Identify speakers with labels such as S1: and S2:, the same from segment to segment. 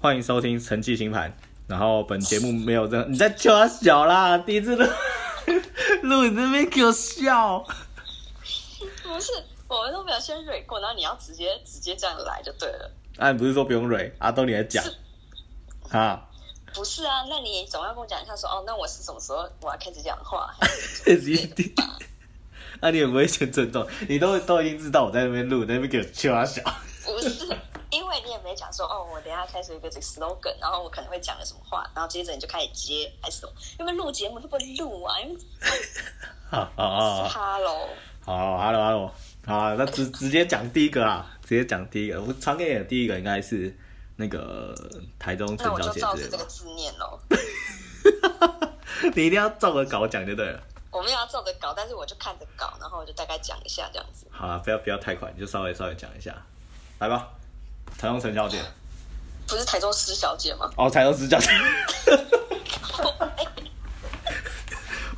S1: 欢迎收听《陈记星盘》。然后本节目没有任何，你在叫他小啦，第一次录录你这边给我笑。
S2: 不是，我们都没有先蕊过，然后你要直接直接这样来就对了。
S1: 啊，你不是说不用蕊，阿东你来讲啊，
S2: 不是啊，那你总要跟我讲一下说，哦，那我是什么时候我要开始讲 话？
S1: 这是一定。那、啊、你也不会先尊重，你都都已经知道我在那边录，你在那边给我叫他小。
S2: 不是，因为你也没讲说，哦，我等一下开始有一个这个 slogan，然后我可能会讲了什么话，然后接着你就开始接还是什么？因为录节目会不会录啊？因为
S1: 好好好好
S2: Hello，
S1: 好，hello hello，好啊，那直直接讲第一个啦，直接讲第一个，我传给你的第一个应该是那个台中陈
S2: 那我
S1: 小
S2: 就
S1: 姐
S2: 照
S1: 之
S2: 着
S1: 类
S2: 这
S1: 的
S2: 个
S1: 吧。
S2: 字念喽。
S1: 你一定要照着稿讲就对了。
S2: 我没有要照着稿，但是我就看着稿，然后我就大概讲一下这样子。
S1: 好了，不要不要太快，你就稍微稍微讲一下，来吧。台中陈小姐，
S2: 不是台州施小姐 吗？哎
S1: 哦，台中陈小 姐，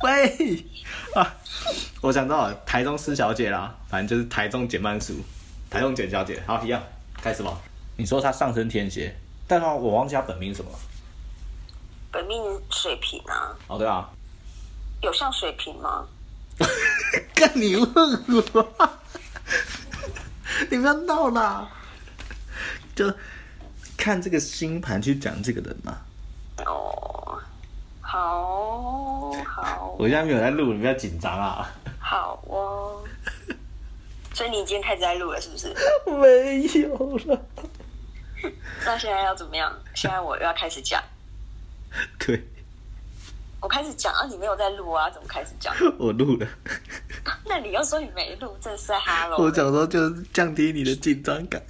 S1: 喂啊，我想到了台中施小姐啦，反正就是台中减半数，台中简小姐，好，一样，开始吧。你说她上升天蝎，但她我忘记她本名是什么了。
S2: 本命水瓶啊，
S1: 哦，对啊，
S2: 有像水瓶吗？
S1: 干你问我， 你不要闹啦！就看这个星盘去讲这个人嘛。
S2: 哦，好好
S1: 我现在没有在录，你不要紧张啊。
S2: 好哦。所以你已经开始在录了，是 不是？
S1: 没有了。
S2: 那现在要怎么样？现在我又要开始讲，
S1: 对，
S2: 我开始讲啊，你没有在录啊，怎么开始讲？
S1: 我录了。
S2: 那你又说你没录，真是哈
S1: 我
S2: 喽，
S1: 想说，就是降低你的紧张感，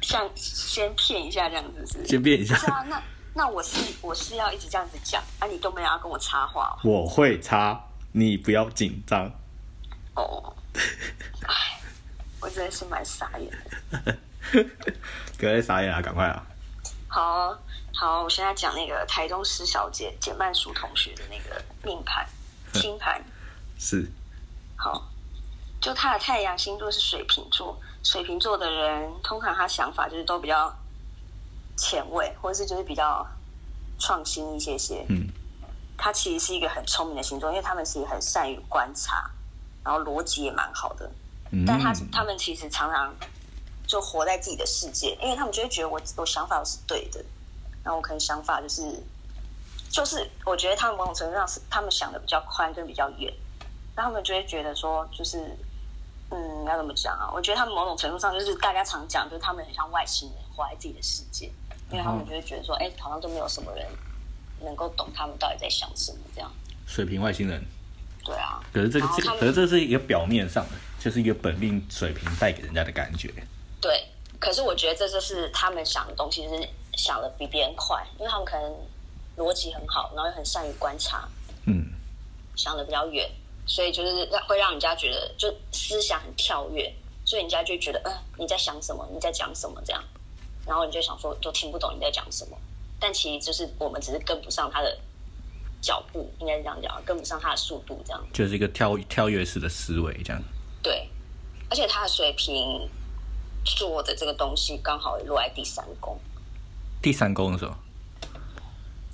S2: 像先骗一下这样子是不是？
S1: 先变一下。
S2: 是啊，那那我是我是要一直这样子讲啊，你都没有要跟我插话哦
S1: 我会擦，你不要紧张。
S2: 哦，哎，我真的是蛮傻眼的。
S1: 不要再傻眼了，赶快啊！
S2: 好啊好，我现在讲那个台中施小姐简曼淑同学的那个命盘星盘。
S1: 是，
S2: 好，就她的太阳星座是水瓶座，水瓶座的人通常他想法就是都比较前卫，或者是就是比较创新一些些。
S1: 嗯，
S2: 他其实是一个很聪明的星座，因为他们其实很善于观察，然后逻辑也蛮好的。
S1: 嗯
S2: 但他他们其实常常就活在自己的世界，因为他们就会觉得我我想法是对的，然后我可能想法就是就是我觉得他们某种程度上是他们想的比较宽跟比较远，那他们就会觉得说就是嗯要怎么讲啊？我觉得他们某种程度上就是大家常讲，就是他们很像外星人活在自己的世界，因为他们就会觉得说，哎、好像都没有什么人能够懂他们到底在想什么这样。
S1: 水瓶外星人。
S2: 对啊，
S1: 可是这个
S2: 然后
S1: 这
S2: 他
S1: 个，
S2: 们
S1: 可是这是一个表面上的，就是一个本命水平带给人家的感觉。
S2: 对，可是我觉得这就是他们想的东西，就是想的比别人快，因为他们可能逻辑很好，然后很善于观察，
S1: 嗯，
S2: 想的比较远，所以就是让会让人家觉得就思想很跳跃，所以人家就觉得，嗯、你在想什么？你在讲什么？这样，然后你就想说，都听不懂你在讲什么。但其实就是我们只是跟不上他的脚步，应该是这样讲，啊跟不上他的速度这样。
S1: 就是一个跳跳跃式的思维这样。
S2: 对，而且他的水平做的这个东西刚好落在第三宫，
S1: 第三宫的时候，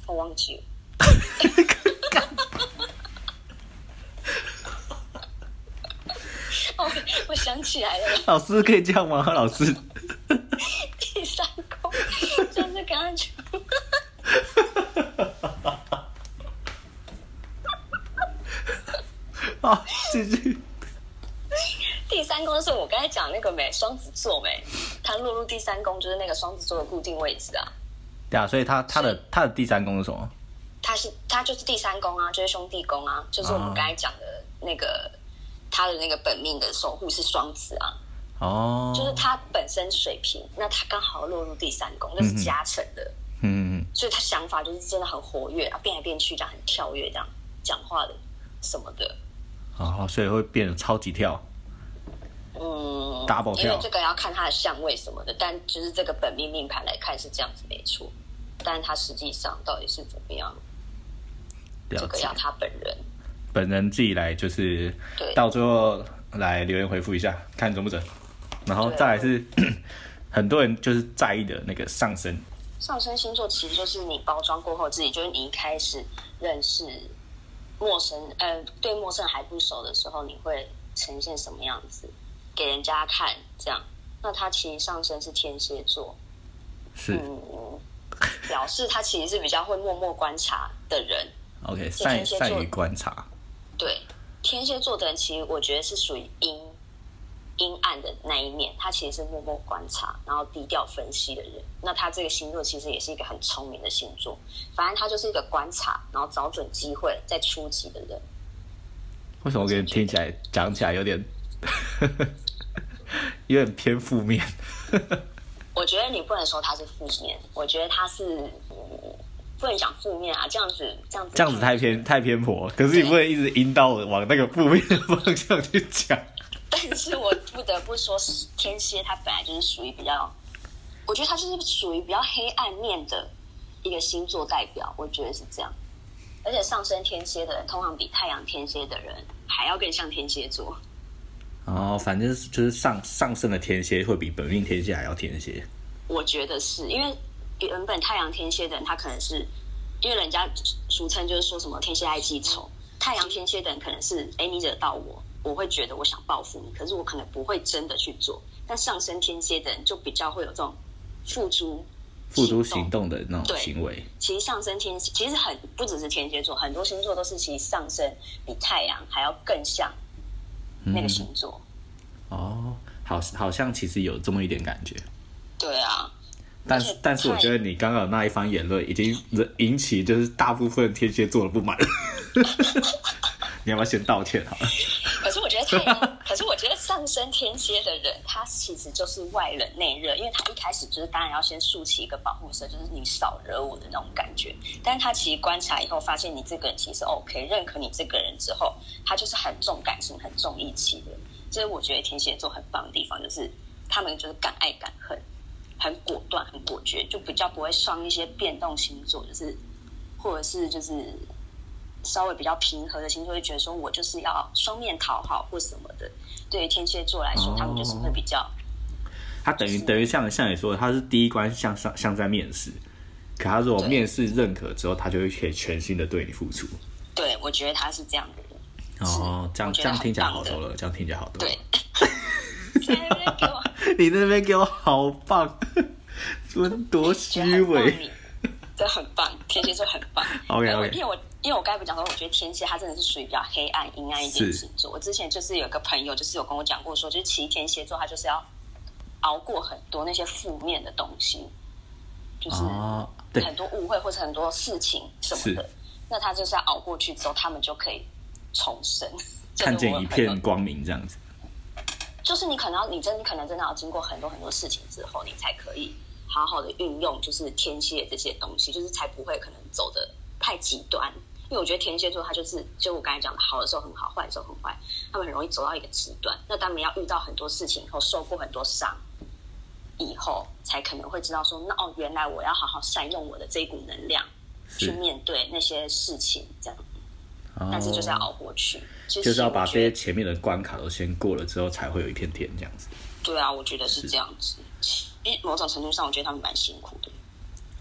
S2: 我忘记了。 哦，我想起来了，
S1: 老师可以这样吗？ 老师，
S2: 第三宫就是刚刚就
S1: 好，啊继续。
S2: 第三宫是我刚才讲那个没双子座没，他落入第三宫就是那个双子座的固定位置啊，
S1: 对啊，所以他他的他的第三宫是什么？
S2: 他是他就是第三宫啊，就是兄弟宫啊，就是我们
S1: 啊
S2: 刚才讲的那个、他的那个本命的守护是双子啊，
S1: 哦，
S2: 就是他本身水平，那他刚好落入第三宫，那是加成的，
S1: 嗯，嗯
S2: 所以他想法就是真的很活跃，啊，变来变去这样，很跳跃这样，讲话的什么的，
S1: 嗯，哦，所以会变得超级跳。
S2: 嗯
S1: Double
S2: 因为
S1: 跳
S2: 这个要看他的相位什么的，但就是这个本命命盘来看是这样子没错，但是他实际上到底是怎么样，这
S1: 了
S2: 个
S1: 解
S2: 要，他本人
S1: 本人自己来就是
S2: 对
S1: 到最后来留言回复一下，看准不准。然后
S2: 对啊
S1: 再来是很多人就是在意的那个上升，
S2: 上升星座其实就是你包装过后自己，就是你一开始认识陌生，呃，对陌生还不熟的时候，你会呈现什么样子给人家看？这样，那他其实上升是天蝎座，
S1: 是
S2: 嗯，表示他其实是比较会默默观察的人。
S1: OK，
S2: 就天
S1: 善
S2: 蝎座
S1: 善于观察，
S2: 对，天蝎座的人其实我觉得是属于阴阴暗的那一面，他其实是默默观察，然后低调分析的人。那他这个星座其实也是一个很聪明的星座，反正他就是一个观察，然后找准机会再出击的人。
S1: 为什么我给你听起来讲起来有点 有点偏负面？
S2: 我觉得你不能说他是负面，我觉得他是、嗯不能讲负面啊，这样子这样子
S1: 这样子太偏太偏颇，可是你不能一直引导我往那个负面的方向去讲。
S2: 但是我不得不说，天蝎它本来就是属于比较，我觉得它就是属于比较黑暗面的一个星座代表，我觉得是这样。而且上升天蝎的人，通常比太阳天蝎的人还要更像天蝎座。
S1: 哦，反正是就是上上升的天蝎会比本命天蝎还要天蝎。
S2: 我觉得是因为原本太阳天蝎的人，他可能是因为人家俗称就是说什么天蝎爱记仇，太阳天蝎的人可能是哎你惹到我，我会觉得我想报复你，可是我可能不会真的去做。但上升天蝎的人就比较会有这种付诸
S1: 付诸行。动的那种
S2: 对
S1: 行为，
S2: 其实上升天蝎其实很不只是天蝎座，很多星座都是其实上升比太阳还要更像那个星座。
S1: 哦，好，好像其实有这么一点感觉，
S2: 对啊，
S1: 但是
S2: 太
S1: 但是我觉得你刚刚的那一番言论已经引起就是大部分天蝎座的不满， 你要不要先道歉好了？
S2: 可是我觉得太阳，可是我觉得上升天蝎的人，他其实就是外冷内热，因为他一开始就是当然要先竖起一个保护色，就是你少惹我的那种感觉。但是他其实观察以后发现你这个人其实 OK，认可你这个人之后，他就是很重感情、很重义气的。这是我觉得天蝎座很棒的地方，就是他们就是敢爱敢恨，很果断、很果决，就比较不会上一些变动星座，就是或者是就是稍微比较平和的星座，会觉得说我就是要双面讨好或什么的。对于天蝎座来说，
S1: 哦
S2: 他们就是会比较
S1: 他等于等于像像你说的，他是第一关像上像在面试，可他如果
S2: 对
S1: 面试认可之后，他就会全全心的对你付出。
S2: 对我觉得他是这样的人。
S1: 哦，这样
S2: 我觉
S1: 这
S2: 得
S1: 样听起来
S2: 很
S1: 好
S2: 棒的
S1: 多了，这样听起来好多。
S2: 对， 在那边给我
S1: 你那边给我好 棒，真多
S2: 觉得
S1: 虚
S2: 很棒
S1: 伪。
S2: 你，这很棒，天蝎座很棒。
S1: OK，OK
S2: 因为我因为我因为我刚才不讲说，我觉得天蝎它真的是属于比较黑暗、阴暗一点的星座。我之前就是有一个朋友，就是有跟我讲过说，就是其实天蝎座他就是要熬过很多那些负面的东西，就是
S1: 哦，对，
S2: 很多误会或者很多事情什么
S1: 是。
S2: 的那他就是要熬过去之后，他们就可以重生。 这
S1: 看
S2: 是我
S1: 见一
S2: 的朋友
S1: 片光明这样子。
S2: 就是你可能要，你真你可能真的要经过很多很多事情之后，你才可以好好的运用，就是天蝎这些东西，就是才不会可能走的太极端。因为我觉得天蝎座他就是，就我刚才讲的，好的时候很好，坏的时候很坏，他们很容易走到一个极端。那他们要遇到很多事情以后，受过很多伤以后，才可能会知道说，那哦，原来我要好好善用我的这一股能量去
S1: 是，
S2: 面对那些事情，这样。但是就是要
S1: 哦，
S2: 熬过去，其实
S1: 就是要把
S2: 我
S1: 这
S2: 觉
S1: 些
S2: 得
S1: 前面的关卡都先过了之后，才会有一片天这样子。
S2: 对啊，我觉得是这样子。因为某种程度上，我觉得他们蛮辛苦的。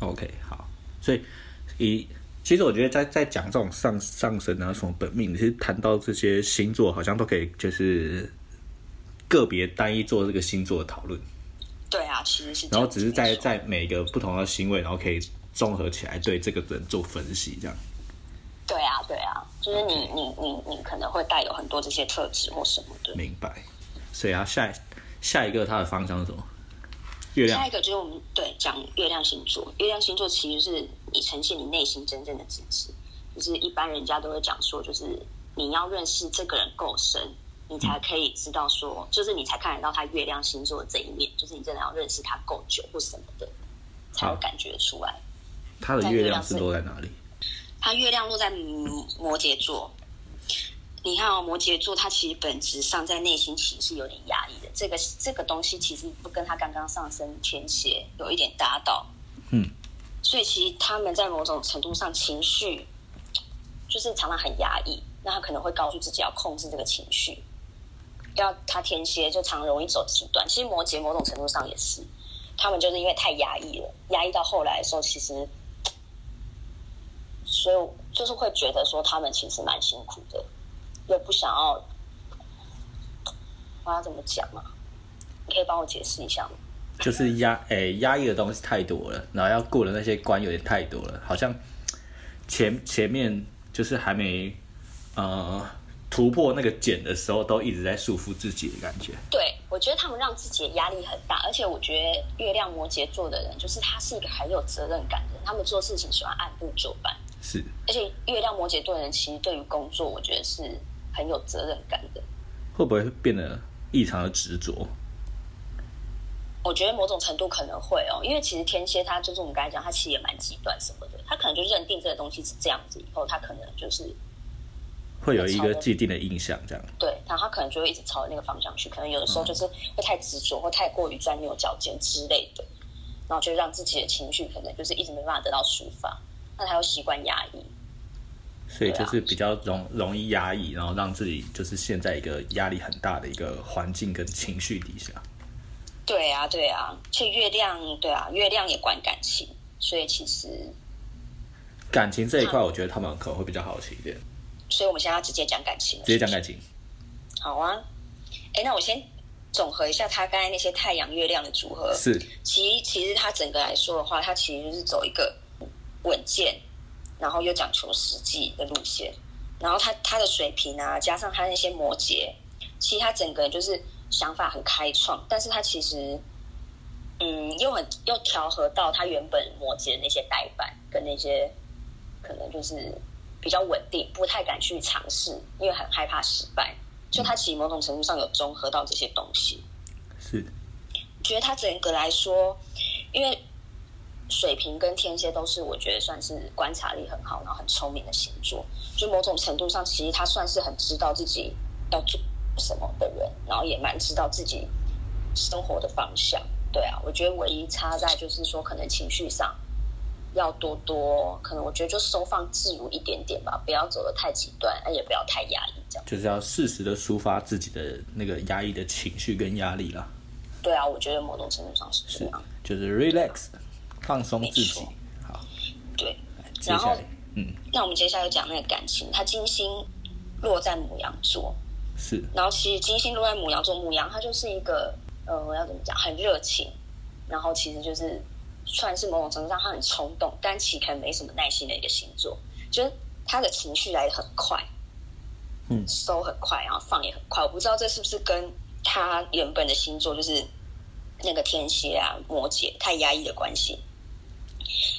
S1: OK，好，所以以其实我觉得在在讲这种上上升啊什么本命，其实谈到这些星座，好像都可以就是个别单一做这个星座的讨论，
S2: 对啊，其实是这样子。
S1: 然后只是在
S2: 没错
S1: 在每个不同的星位，然后可以综合起来对这个人做分析，这样。
S2: 对啊，对啊，就是你你你你可能会带有很多这些特质或什么的。
S1: 明白。所以啊，下下一个它的方向是什么？月亮
S2: 下一个就是我们对讲月亮星座，月亮星座其实是你呈现你内心真正的自己，就是一般人家都会讲说，就是你要认识这个人够深，你才
S1: 嗯
S2: 可以知道说，就是你才看得到他月亮星座的这一面，就是你真的要认识他够久或什么的，才会
S1: 好
S2: 感觉出来。
S1: 它的
S2: 在
S1: 月
S2: 月
S1: 亮
S2: 亮
S1: 是
S2: 是
S1: 落在哪里？
S2: 它月亮落在摩摩羯座。你看哦，摩羯座它其实本质上在内心其实是有点压抑的。这个这个东西其实不跟它刚刚上升天蝎有一点搭到，
S1: 嗯，
S2: 所以其实他们在某种程度上情绪就是常常很压抑，那他可能会告诉自己要控制这个情绪，要他天蝎就常容易走极端。其实摩羯某种程度上也是，他们就是因为太压抑了，压抑到后来的时候，其实，所以就是会觉得说他们其实蛮辛苦的，又不想要，我要怎么讲啊？你可以帮我解释一下吗？
S1: 就是压诶压抑的东西太多了，然后要过的那些关有点太多了，好像前前面就是还没呃突破那个茧的时候，都一直在束缚自己的感觉。
S2: 对，我觉得他们让自己的压力很大，而且我觉得月亮摩羯座的人，就是他是一个很有责任感的人，他们做事情喜欢按部就班，
S1: 是，
S2: 而且月亮摩羯座的人其实对于工作，我觉得是很有责任感的。
S1: 会不会变得异常的执着？
S2: 我觉得某种程度可能会哦，因为其实天蝎他就是我们刚才讲，他其实也蛮极端什么的，他可能就认定这个东西是这样子，以后他可能就是
S1: 会有一个既定的印象，这样
S2: 对，然后他可能就会一直朝着那个方向去，可能有的时
S1: 嗯
S2: 候就是会太执着或太过于钻牛角尖之类的，然后就让自己的情绪可能就是一直没办法得到抒发，那他又习惯压抑，
S1: 所以
S2: 对
S1: 就
S2: 啊
S1: 是比较容容易压抑，然后让自己就是陷在一个压力很大的一个环境跟情绪底下。
S2: 对啊，对啊，所以月亮对啊，月亮也管感情，所以其实，
S1: 感情这一块，我觉得他们可能会比较好奇一点，
S2: 呃所以我们现在要直接讲感情了，
S1: 直接讲
S2: 是不是
S1: 感情。
S2: 好啊。哎，那我先总合一下他刚才那些太阳月亮的组合，
S1: 是，
S2: 其实其实他整个来说的话，他其实就是走一个稳健，然后又讲求实际的路线。然后他他的水平啊，加上他那些摩羯，其实他整个人就是想法很开创，但是他其实嗯又很又调和到他原本摩羯的那些呆板跟那些可能就是比较稳定，不太敢去尝试，因为很害怕失败。就他其实某种程度上有综合到这些东西。
S1: 是，
S2: 觉得他整个来说，因为水瓶跟天蝎都是我觉得算是观察力很好，然后很聪明的星座，就某种程度上，其实他算是很知道自己要做什么的人，然后也蛮知道自己生活的方向。对啊，我觉得唯一差在就是说，可能情绪上要多多，可能我觉得就收放自如一点点吧，不要走的太极端，哎也不要太压抑，这样。
S1: 就是要适时的抒发自己的那个压抑的情绪跟压力啦。
S2: 对啊，我觉得某种程度上是这
S1: 是
S2: 样。，
S1: 就是 relax，放松自己
S2: 啊没错。
S1: 好，
S2: 对，
S1: 接
S2: 然
S1: 下
S2: 后
S1: 来，嗯，
S2: 那我们接下来讲那个感情，它金星落在母羊座，
S1: 是
S2: 然后其实金星落在母羊座，母羊它就是一个呃，我要怎么讲，很热情，然后其实就是算是某种程度上它很冲动，但其实可能没什么耐心的一个星座，就是他的情绪来的很快，
S1: 嗯
S2: 收很快，然后放也很快，我不知道这是不是跟他原本的星座就是那个天蝎啊、摩羯太压抑的关系，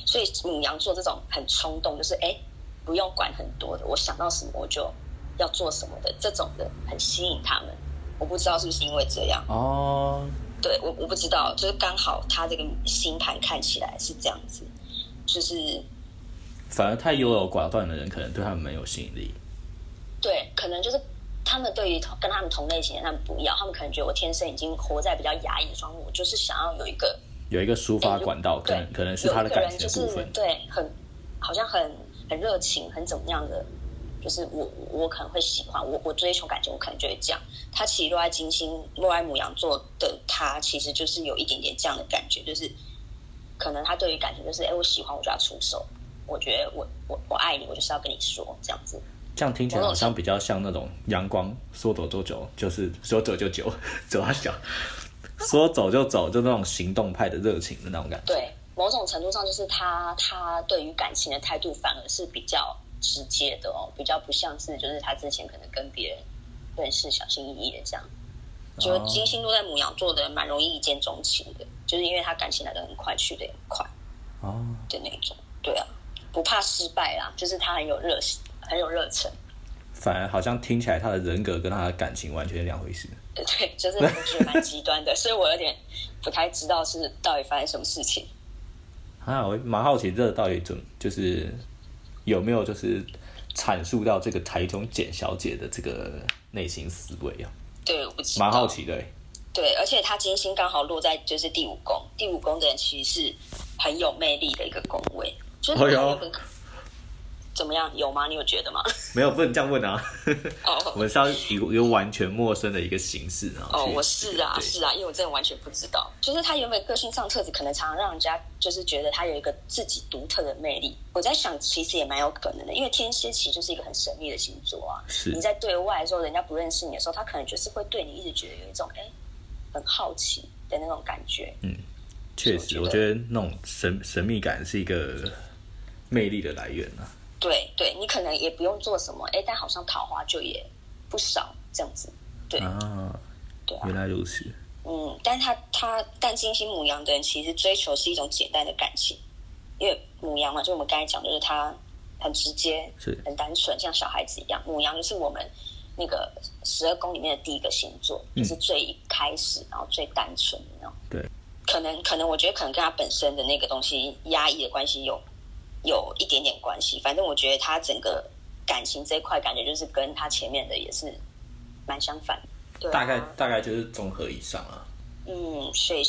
S2: 所以母羊座这种很冲动，就是哎，诶不用管很多的，我想到什么我就要做什么的，这种的很吸引他们。我不知道是不是因为这样，
S1: 哦，
S2: 对我我不知道，就是刚好他这个星盘看起来是这样子，就是
S1: 反而太优柔寡断的人，可能对他们没有吸引力。
S2: 对，可能就是他们对于同跟他们同类型的，他们不要，他们可能觉得我天生已经活在比较压抑的状态，我就是想要有一个
S1: 有一个抒发
S2: 对
S1: 管道，可
S2: 对
S1: 能可能是他的感情的
S2: 有
S1: 部
S2: 一个人
S1: 分
S2: 就是、。对，很好像很很热情，很怎么样的，就是我我可能会喜欢，我我追求感情，我可能就会这样。他其实落在金星、落在母羊座的他，其实就是有一点点这样的感觉，就是可能他对于感情就是，哎，我喜欢我就要出手，我觉得我我我爱你，我就是要跟你说这样子。
S1: 这样听起来好像比较像那种阳光说走就走，就是说走就走， 走啊走，说走就走，就那种行动派的热情的那种感觉。
S2: 对，某种程度上就是他他对于感情的态度反而是比较直接的哦，比较不像是就是他之前可能跟别人认识小心翼翼的这样。就
S1: 哦
S2: 金星落在母羊座的人蛮容易一见钟情的，就是因为他感情来的很快，去的也很快
S1: 哦，
S2: 的那种。对啊，不怕失败啦，就是他很有热很有热忱。
S1: 反而好像听起来他的人格跟他的感情完全是两回事。
S2: 对对，就是我觉得蛮极端的，所以我有点不太知道是到底发生什么事情。
S1: 啊，我蛮好奇这到底怎么就是有没有就是阐述到这个台中简小姐的这个内心思维啊，
S2: 对，我不知道。
S1: 蛮好奇
S2: 哦
S1: 的欸。
S2: 对，而且他金星刚好落在就是第五宫，第五宫的人其实是很有魅力的一个宫位，就是他
S1: 哎呦
S2: 有个、怎么样？有吗？你有觉得吗？
S1: 没有，不能这样问啊。我
S2: 哦
S1: 们是要以一个完全陌生的一个形式啊。
S2: 哦，我
S1: 去
S2: 是啊
S1: 对
S2: 是啊，因为我真的完全不知道，就是他原本个性上特质，可能常常让人家就是觉得他有一个自己独特的魅力。我在想，其实也蛮有可能的，因为天蝎其实就是一个很神秘的星座啊。
S1: 是
S2: 你在对外的时候，人家不认识你的时候，他可能就是会对你一直觉得有一种哎很好奇的那种感觉。
S1: 确实，我
S2: 我
S1: 觉
S2: 觉
S1: 得那种神神秘感是一个魅力的来源啊。
S2: 对对，你可能也不用做什么，哎，但好像桃花就也不少这样子。对、
S1: 啊，
S2: 对啊
S1: 原，来如此。
S2: 嗯，但他他但金星母羊的人其实追求是一种简单的感情，因为母羊嘛，就我们刚才讲，就是他很直接
S1: 是，
S2: 很单纯，像小孩子一样。母羊就是我们那个十二宫里面的第一个星座，就是最一开始，然后最单纯的那种。
S1: 嗯对，
S2: 可能可能我觉得可能跟他本身的那个东西压抑的关系有有一点点关系。反正我觉得他整个感情这一块，感觉就是跟他前面的也是蛮相反的。对啊
S1: 大概大概就是综合以上啊。
S2: 嗯，水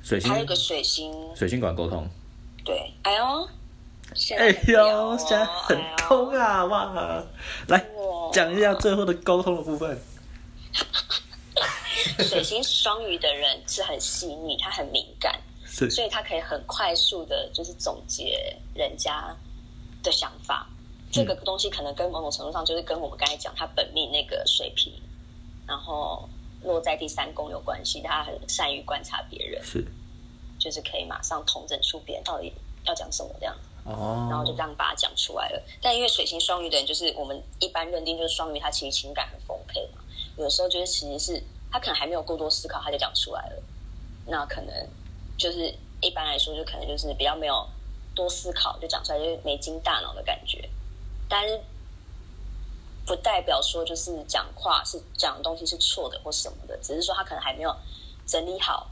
S1: 水星
S2: 还有一个水星，
S1: 水星管沟通，
S2: 对，哎呦，现在
S1: 哎
S2: 很聊
S1: 呦
S2: 哦，
S1: 现在很通
S2: 哎呦
S1: 啊哇！来
S2: 哇
S1: 讲一下最后的沟通的部分。
S2: 水星双鱼的人是很细腻，他很敏感，
S1: 是
S2: 所以他可以很快速的，就是总结人家的想法。这个东西可能跟某种程度上就是跟我们刚才讲他本命那个水瓶，然后落在第三宫有关系。他很善于观察别人，
S1: 是
S2: 就是可以马上统整出别人到底要讲什么这样。然后就
S1: 哦
S2: 这，样把它讲出来了。但因为水星双鱼的人，就是我们一般认定就是双鱼，他其实情感很丰沛嘛。有时候就是其实是他可能还没有过多思考，他就讲出来了。那可能就是一般来说，就可能就是比较没有多思考就讲出来，就是没经大脑的感觉。但是不代表说就是讲话是讲的东西是错的或什么的，只是说他可能还没有整理好，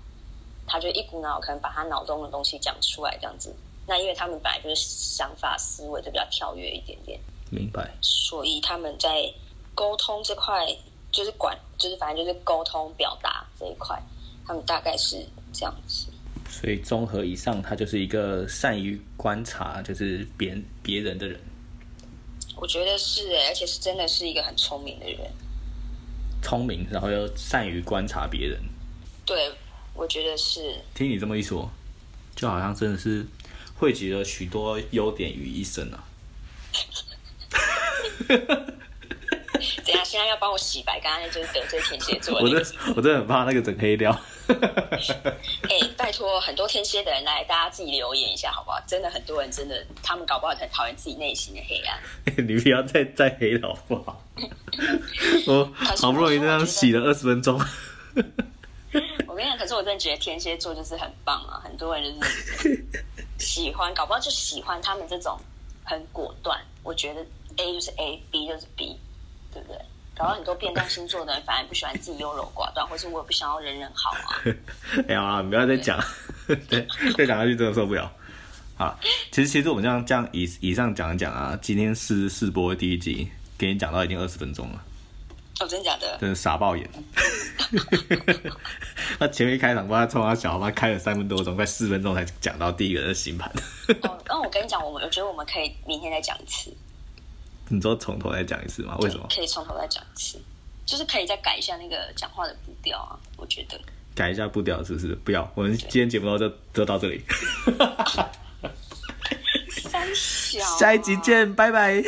S2: 他就一股脑可能把他脑中的东西讲出来这样子。那因为他们本来就是想法思维就比较跳跃一点点，
S1: 明白。
S2: 所以他们在沟通这块就是管就是反正就是沟通表达这一块，他们大概是这样子。
S1: 所以综合以上，他就是一个善于观察，就是别人别人的人。
S2: 我觉得是诶、而且是真的是一个很聪明的人。
S1: 聪明，然后又善于观察别人。
S2: 对，我觉得是
S1: 听你这么一说，就好像真的是汇集了许多优点于一身啊！
S2: 等一下，现在要帮我洗白，刚刚就是得罪天蝎座
S1: 我
S2: 的
S1: 真
S2: 那
S1: 的
S2: 个。
S1: 我真的很怕那个整黑掉。
S2: 哎、拜托，很多天蝎的人来，大家自己留言一下好不好？真的很多人真的，他们搞不好很讨厌自己内心的黑暗。
S1: 你不要再再黑了，好不好？我好不容易这样洗了二十分钟，
S2: 我跟你讲，可是我真的觉得天蝎座就是很棒啊，很多人就是喜欢，搞不好就喜欢他们这种很果断。我觉得 A 就是 A，B 就是 B，对不对？搞到很多变动星座的人反而不喜欢自己优柔寡断，或是我也不想要人人好啊。
S1: 哎呀，你不要再讲，再再讲下去真的受不了。好，其实其实我们这样这样以以上讲一讲啊，今天试试播第一集，给你讲到已经二十分钟了，
S2: 哦，真的 假的？
S1: 真的傻爆眼。他前面一开场不知道冲他小，他妈开了三分多钟，快四分钟才讲到第一个人的星盘。
S2: 哦，那我跟你讲，我们我觉得我们可以明天再讲一次，
S1: 你说从头再讲一次吗？为什么？
S2: 可以从头再讲一次，就是可以再改一下那个讲话的步调啊。我觉得
S1: 改一下步调是不是？不要，我们今天节目到这就到这里，
S2: 三小、啊，啊
S1: 下一集见，拜拜。